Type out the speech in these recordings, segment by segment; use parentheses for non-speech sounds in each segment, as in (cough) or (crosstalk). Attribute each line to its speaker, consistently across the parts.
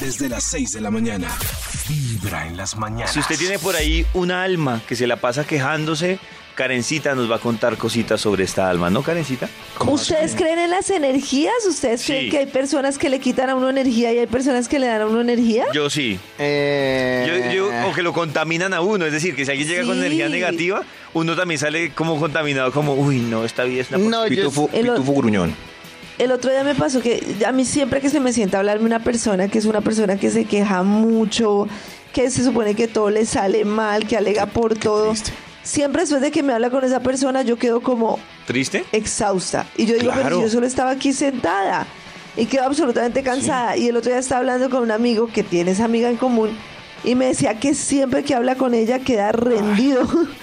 Speaker 1: Desde las 6 de la mañana. Vibra en las mañanas.
Speaker 2: Si usted tiene por ahí una alma que se la pasa quejándose, Karencita nos va a contar cositas sobre esta alma, ¿no, Karencita?
Speaker 3: ¿Ustedes creen en las energías? ¿Ustedes
Speaker 2: Sí.
Speaker 3: creen que hay personas que le quitan a uno energía y hay personas que le dan a uno energía?
Speaker 2: Yo sí.
Speaker 4: Eh,
Speaker 2: Yo,
Speaker 4: oh,
Speaker 2: yo- o que lo contaminan a uno, es decir, que si alguien llega con
Speaker 3: Sí.
Speaker 2: energía negativa, uno también sale como contaminado, como, uy, no, esta vida es una
Speaker 4: No, yo-
Speaker 2: pitufo,
Speaker 3: El o-
Speaker 2: pitufo gruñón.
Speaker 3: El otro día me pasó que a mí siempre que se me sienta a hablarme una persona que es una persona que se queja mucho, que se supone que todo le sale mal, que alega por todo.
Speaker 1: triste.
Speaker 3: Siempre después de que me habla con esa persona yo quedo como
Speaker 2: ¿Triste?
Speaker 3: exhausta. Y yo digo, pero
Speaker 2: Claro.
Speaker 3: si yo solo estaba aquí sentada y quedo absolutamente cansada. Y el otro día estaba hablando con un amigo que tiene esa amiga en común y me decía que siempre que habla con ella
Speaker 2: Ah.
Speaker 3: queda rendido. (laughs)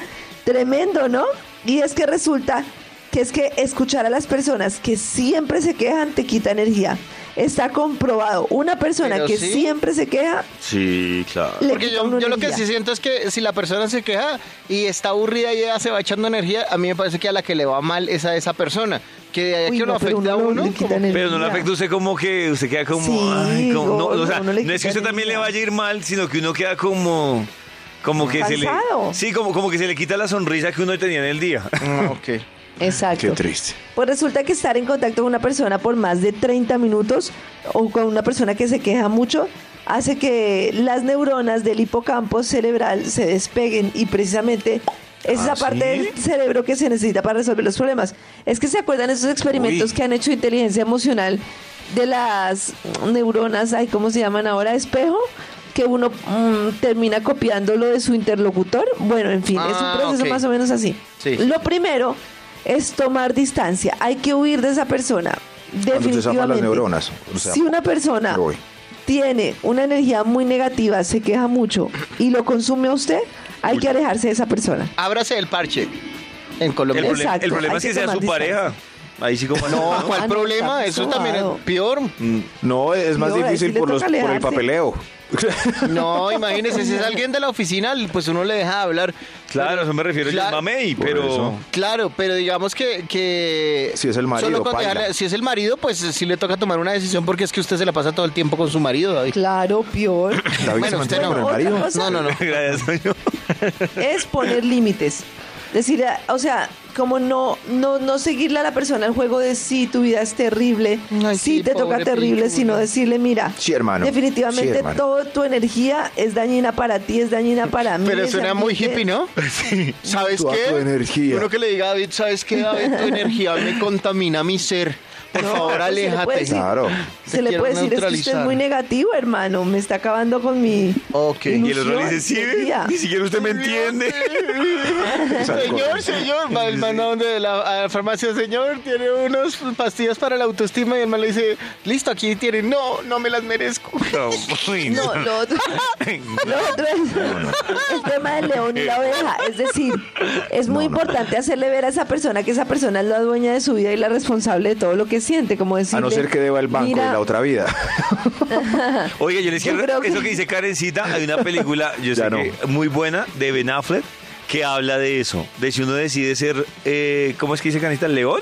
Speaker 3: Tremendo, ¿no? Y es que resulta que es que escuchar a las personas que siempre se quejan te quita energía. Está comprobado. Una persona
Speaker 4: Pero
Speaker 3: que
Speaker 4: sí.
Speaker 3: siempre se queja
Speaker 2: Sí, claro.
Speaker 3: le
Speaker 4: Porque
Speaker 3: quita
Speaker 4: yo,
Speaker 3: una
Speaker 4: yo lo que sí
Speaker 3: energía.
Speaker 4: siento es que si la persona se queja y está aburrida y ella se va echando energía, a mí me parece que a la que le va mal es a esa persona. Que de ahí a
Speaker 3: Uy,
Speaker 4: que lo
Speaker 3: no, pero
Speaker 4: afecta a
Speaker 3: uno no
Speaker 4: uno.
Speaker 3: le quita
Speaker 4: como-
Speaker 3: energía.
Speaker 2: Pero no le afecta a usted como que usted queda como,
Speaker 3: Sí,
Speaker 2: ay, como- no,
Speaker 3: gordo,
Speaker 2: o sea,
Speaker 3: uno le
Speaker 2: no es que
Speaker 3: quita
Speaker 2: usted también le
Speaker 3: energía.
Speaker 2: vaya a ir mal, sino que uno queda como como que se
Speaker 3: Cansado.
Speaker 2: le Sí, como como que se le quita la sonrisa que uno tenía en el día.
Speaker 4: Ah, ok.
Speaker 3: Exacto.
Speaker 1: triste.
Speaker 3: Pues resulta que estar en contacto con una persona por más de 30 minutos o con una persona que se queja mucho hace que las neuronas del hipocampo cerebral se despeguen y precisamente es esa
Speaker 2: ¿Ah,
Speaker 3: parte
Speaker 2: sí?
Speaker 3: del cerebro que se necesita para resolver los problemas. Es que se acuerdan esos experimentos
Speaker 2: Uy.
Speaker 3: que han hecho de inteligencia emocional de las neuronas, ay, ¿cómo se llaman ahora? Espejo, que uno mm, termina copiando lo de su interlocutor. Bueno, en fin, es
Speaker 4: Ah,
Speaker 3: un proceso
Speaker 4: ok.
Speaker 3: más o menos así.
Speaker 4: Sí.
Speaker 3: Lo primero es tomar distancia. Hay que huir de esa persona.
Speaker 5: Cuando Ah, se zafan las
Speaker 3: Definitivamente.
Speaker 5: neuronas, o sea,
Speaker 3: si una persona
Speaker 5: me voy.
Speaker 3: tiene una energía muy negativa, se queja mucho y lo consume a usted, hay que alejarse de esa persona.
Speaker 4: Ábrase el parche. En
Speaker 2: El,
Speaker 4: Colombia.
Speaker 2: problema-
Speaker 3: Exacto,
Speaker 2: el problema
Speaker 3: hay
Speaker 2: es que
Speaker 3: que
Speaker 2: sea su
Speaker 3: tomar distancia.
Speaker 2: pareja. Ahí sí como
Speaker 4: No,
Speaker 3: Ah,
Speaker 4: ¿cuál
Speaker 3: no,
Speaker 4: problema?
Speaker 3: está
Speaker 4: Eso también es
Speaker 3: probado.
Speaker 4: peor.
Speaker 5: No, es más
Speaker 3: No, ahí sí
Speaker 5: difícil
Speaker 3: le
Speaker 5: por, los,
Speaker 3: toca
Speaker 5: por el
Speaker 3: alejarse.
Speaker 5: papeleo.
Speaker 4: No, imagínese, si es alguien de la oficina, pues uno le deja hablar.
Speaker 2: (laughs) Claro, eso me refiero yo,
Speaker 4: Cla-
Speaker 2: mamey,
Speaker 5: Por
Speaker 2: pero
Speaker 5: eso.
Speaker 4: Claro, pero digamos que... que
Speaker 5: Si es el marido,
Speaker 4: solo con
Speaker 5: paila.
Speaker 4: dejarle- si es el marido, pues sí le toca tomar una decisión porque es que usted se la pasa todo el tiempo con su marido, David.
Speaker 3: Claro, peor.
Speaker 5: David
Speaker 4: Bueno,
Speaker 5: se
Speaker 4: usted
Speaker 5: mantiene
Speaker 4: no.
Speaker 5: con el
Speaker 3: Otra
Speaker 5: marido.
Speaker 3: cosa-
Speaker 4: No, no,
Speaker 3: (laughs)
Speaker 4: no.
Speaker 2: (laughs) gracias, doño.
Speaker 3: es poner límites. Decir, o sea, como no, no, no seguirle a la persona el juego de sí, tu vida es terrible,
Speaker 4: Ay,
Speaker 3: sí,
Speaker 4: sí,
Speaker 3: te toca
Speaker 4: pobre
Speaker 3: terrible,
Speaker 4: pichudo.
Speaker 3: sino decirle, mira,
Speaker 5: Sí, hermano.
Speaker 3: definitivamente
Speaker 5: Sí, hermano.
Speaker 3: toda tu energía es dañina para ti, es dañina para mí.
Speaker 4: Pero
Speaker 3: ese
Speaker 4: suena muy
Speaker 3: ambiente-
Speaker 4: hippie,
Speaker 5: (laughs)
Speaker 4: ¿no? Sí. ¿Sabes
Speaker 5: Toda
Speaker 4: qué?
Speaker 5: tu energía.
Speaker 4: Uno que le diga a David, ¿sabes qué, David? Tu energía me contamina mi ser. Por
Speaker 3: No,
Speaker 4: favor,
Speaker 3: pues se le puede
Speaker 4: aléjate.
Speaker 3: decir-
Speaker 5: Claro.
Speaker 3: Se
Speaker 4: Te
Speaker 3: le
Speaker 4: quiero
Speaker 3: puede decir, es que usted es
Speaker 4: neutralizar.
Speaker 3: muy negativo, hermano, me está acabando con mi...
Speaker 4: Ok.
Speaker 2: Y el otro le dice,
Speaker 3: ilusión,
Speaker 2: sí,
Speaker 3: mi vida".
Speaker 2: ni siquiera usted me
Speaker 4: (laughs)
Speaker 2: entiende.
Speaker 5: (laughs)
Speaker 4: Señor, señor, va el man a donde la, a la farmacia, señor, tiene unas pastillas para la autoestima y el man le dice, listo, aquí tiene, no, no me las merezco.
Speaker 2: No, Oh, uy,
Speaker 3: No, lo otro, lo otro es el tema del león y la oveja. Es decir, es muy importante hacerle ver a esa persona que esa persona es la dueña de su vida y la responsable de todo lo que siente. Como decir,
Speaker 5: A no ser que deba el banco
Speaker 3: mira,
Speaker 5: de la otra vida.
Speaker 2: Oiga, yo les
Speaker 3: Yo
Speaker 2: quiero.
Speaker 3: creo que-
Speaker 2: Eso que dice Karencita, hay una película, yo sé
Speaker 5: Ya no.
Speaker 2: que muy buena, de Ben Affleck, que habla de eso. De si uno decide ser. eh, ¿Cómo es que dice Karencita? ¿León?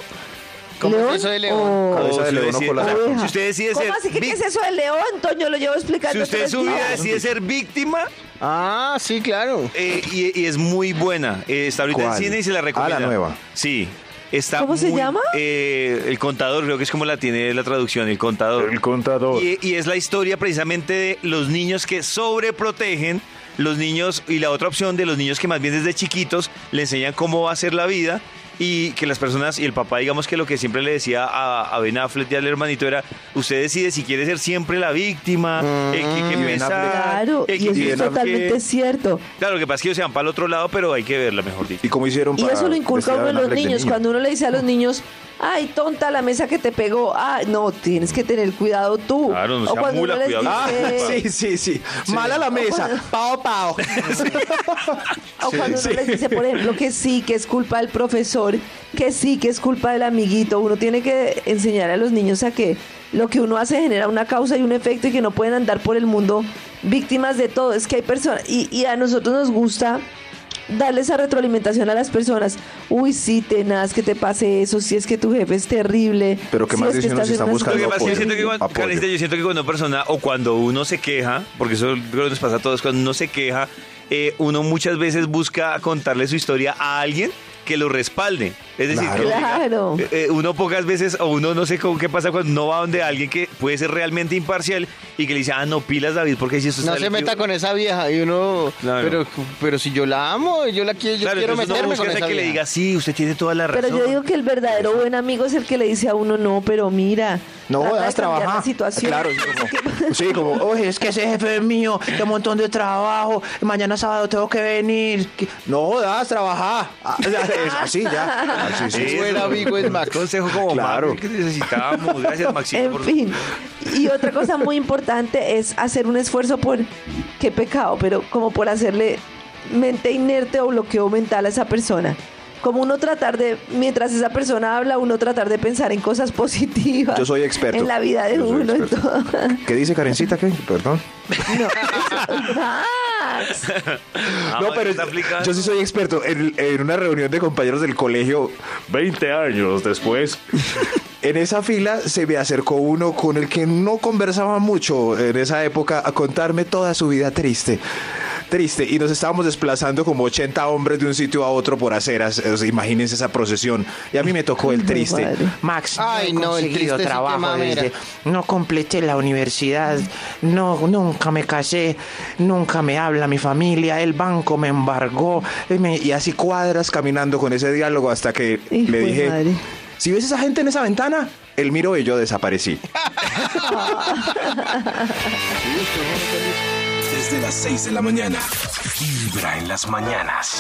Speaker 4: Como
Speaker 3: ¿León
Speaker 4: eso de león.
Speaker 3: o
Speaker 5: Cabeza
Speaker 2: O
Speaker 5: de
Speaker 2: si
Speaker 5: león
Speaker 2: decide-
Speaker 5: o cola de
Speaker 2: o sea,
Speaker 3: oveja?
Speaker 2: Si usted decide ser.
Speaker 3: ¿Cómo así que
Speaker 2: víc-
Speaker 3: qué es eso de león, Toño? Lo llevo explicando.
Speaker 2: Si usted en
Speaker 3: tres
Speaker 2: su
Speaker 3: días.
Speaker 2: vida decide ser víctima,
Speaker 4: Ah, sí, claro.
Speaker 2: eh, y, y es muy buena. Eh, está ahorita
Speaker 5: ¿Cuál?
Speaker 2: en cine y se la
Speaker 5: Ah, la
Speaker 2: recomiendo.
Speaker 5: nueva.
Speaker 2: Sí. Está
Speaker 3: ¿Cómo se
Speaker 2: muy-
Speaker 3: llama?
Speaker 2: eh, el contador, creo que es como la tiene la traducción, el contador.
Speaker 5: contador.
Speaker 2: Y, y es la historia precisamente de los niños que sobreprotegen, los niños, y la otra opción de los niños que más bien desde chiquitos le enseñan cómo va a ser la vida y que las personas, y el papá digamos que lo que siempre le decía a, a Ben Affleck y al hermanito era, usted decide si quiere ser siempre la víctima, eh, que, que
Speaker 5: Mm, y Ben
Speaker 2: pesar,
Speaker 5: Affleck-
Speaker 3: Claro,
Speaker 2: eh,
Speaker 3: y
Speaker 2: que-
Speaker 3: eso es
Speaker 5: Ben Affleck-
Speaker 3: totalmente cierto.
Speaker 2: Claro, lo que pasa es que ellos se van para el otro lado, pero hay que verla, mejor dicho.
Speaker 5: ¿Y cómo hicieron
Speaker 3: Y
Speaker 5: para
Speaker 3: eso lo inculca
Speaker 5: vestir
Speaker 3: uno a
Speaker 5: Ben
Speaker 3: los
Speaker 5: Affleck de
Speaker 3: niños.
Speaker 5: niño?
Speaker 3: Cuando uno le dice a los niños, ay, tonta la mesa que te pegó, ay, no, tienes que tener cuidado tú.
Speaker 2: Claro, no
Speaker 3: o
Speaker 2: sea
Speaker 3: cuando
Speaker 2: mula,
Speaker 3: uno les
Speaker 2: cuidado.
Speaker 5: Ah, (laughs)
Speaker 3: dice-
Speaker 5: sí, sí, sí. Mala la mesa. Pao, pao.
Speaker 3: O cuando uno les dice, por ejemplo, que sí, que es culpa del profesor, que sí, que es culpa del amiguito. Uno tiene que enseñar a los niños a que lo que uno hace genera una causa y un efecto y que no pueden andar por el mundo víctimas de todo. Es que hay personas, y, y a nosotros nos gusta darle esa retroalimentación a las personas. Uy, sí, tenaz, que te pase eso, si es que tu jefe es terrible.
Speaker 5: Pero qué
Speaker 3: si
Speaker 5: más
Speaker 3: es que
Speaker 5: dicen,
Speaker 3: estás
Speaker 5: nos
Speaker 3: en
Speaker 5: están
Speaker 3: una
Speaker 5: buscando
Speaker 2: Lo que
Speaker 5: Apoyo,
Speaker 2: pasa es que siento que cuando,
Speaker 5: apoyo.
Speaker 2: Karencita, yo siento que cuando una persona o cuando uno se queja, porque eso creo que nos pasa a todos, cuando uno se queja, eh, uno muchas veces busca contarle su historia a alguien que lo respalde. Es decir,
Speaker 5: Claro.
Speaker 2: que lo diga.
Speaker 3: Claro.
Speaker 2: Eh, eh, uno pocas veces, o uno no sé cómo, qué pasa cuando no va donde alguien que puede ser realmente imparcial y que le dice, ah, no pilas, David, porque si esto
Speaker 4: No
Speaker 2: está
Speaker 4: se
Speaker 2: el-
Speaker 4: meta con esa vieja y uno,
Speaker 2: Claro.
Speaker 4: pero, pero si yo la amo, yo la quiero, yo
Speaker 2: Claro, entonces
Speaker 4: quiero
Speaker 2: uno
Speaker 4: meterme
Speaker 2: busca
Speaker 4: con
Speaker 2: esa
Speaker 4: esa
Speaker 2: que le
Speaker 4: vieja.
Speaker 2: diga, sí, usted tiene toda la razón.
Speaker 3: Pero yo digo que el verdadero buen amigo es el que le dice a uno, no, pero mira.
Speaker 5: No,
Speaker 3: trata de cambiar
Speaker 5: das trabajar.
Speaker 3: La situación.
Speaker 5: Claro,
Speaker 3: (laughs)
Speaker 5: sí, como, oye, es que ese jefe es mío, tengo un montón de trabajo, mañana sábado tengo que venir. que- No, das trabajar. Ah, (laughs) es Así
Speaker 3: (laughs)
Speaker 5: ya. Así, sí.
Speaker 2: Eso,
Speaker 4: Buen amigo es Max.
Speaker 2: Consejo como claro.
Speaker 5: Claro.
Speaker 2: que necesitábamos. Gracias, Maxito.
Speaker 3: En
Speaker 2: por-
Speaker 3: fin. Y otra cosa muy importante es hacer un esfuerzo por, qué pecado, pero como por hacerle mente inerte o bloqueo mental a esa persona. Como uno tratar de, mientras esa persona habla, uno tratar de pensar en cosas (laughs) positivas.
Speaker 5: Yo soy experto.
Speaker 3: En la vida de
Speaker 5: Yo soy
Speaker 3: uno, en
Speaker 5: experto.
Speaker 3: todo. (laughs)
Speaker 5: ¿Qué dice Karencita? ¿Qué? Perdón.
Speaker 3: Max.
Speaker 2: Ah,
Speaker 5: no,
Speaker 2: Max,
Speaker 5: pero
Speaker 2: está aplicando.
Speaker 5: yo sí soy experto. En, en una reunión de compañeros del colegio, 20
Speaker 2: (laughs)
Speaker 5: años después, en esa fila se me acercó uno con el que no conversaba mucho en esa época a contarme toda su vida triste. Triste, y nos estábamos desplazando como 80 hombres de un sitio a otro por aceras. O sea, imagínense esa procesión. Y a mí me tocó el
Speaker 3: Ay,
Speaker 5: triste.
Speaker 3: madre.
Speaker 6: Max,
Speaker 4: Ay,
Speaker 6: no he
Speaker 4: no, el
Speaker 6: conseguido
Speaker 4: triste sí que
Speaker 6: trabajo
Speaker 4: mamera.
Speaker 6: desde- no completé la universidad, no, nunca me casé, nunca me habla mi familia, el banco me embargó,
Speaker 5: Y, me- y así cuadras caminando con ese diálogo hasta que
Speaker 3: Hijo
Speaker 5: le
Speaker 3: de
Speaker 5: dije,
Speaker 3: madre.
Speaker 5: si ves esa gente en esa ventana, el miro y yo desaparecí.
Speaker 1: Desde las 6 de la mañana. Vibra en las mañanas.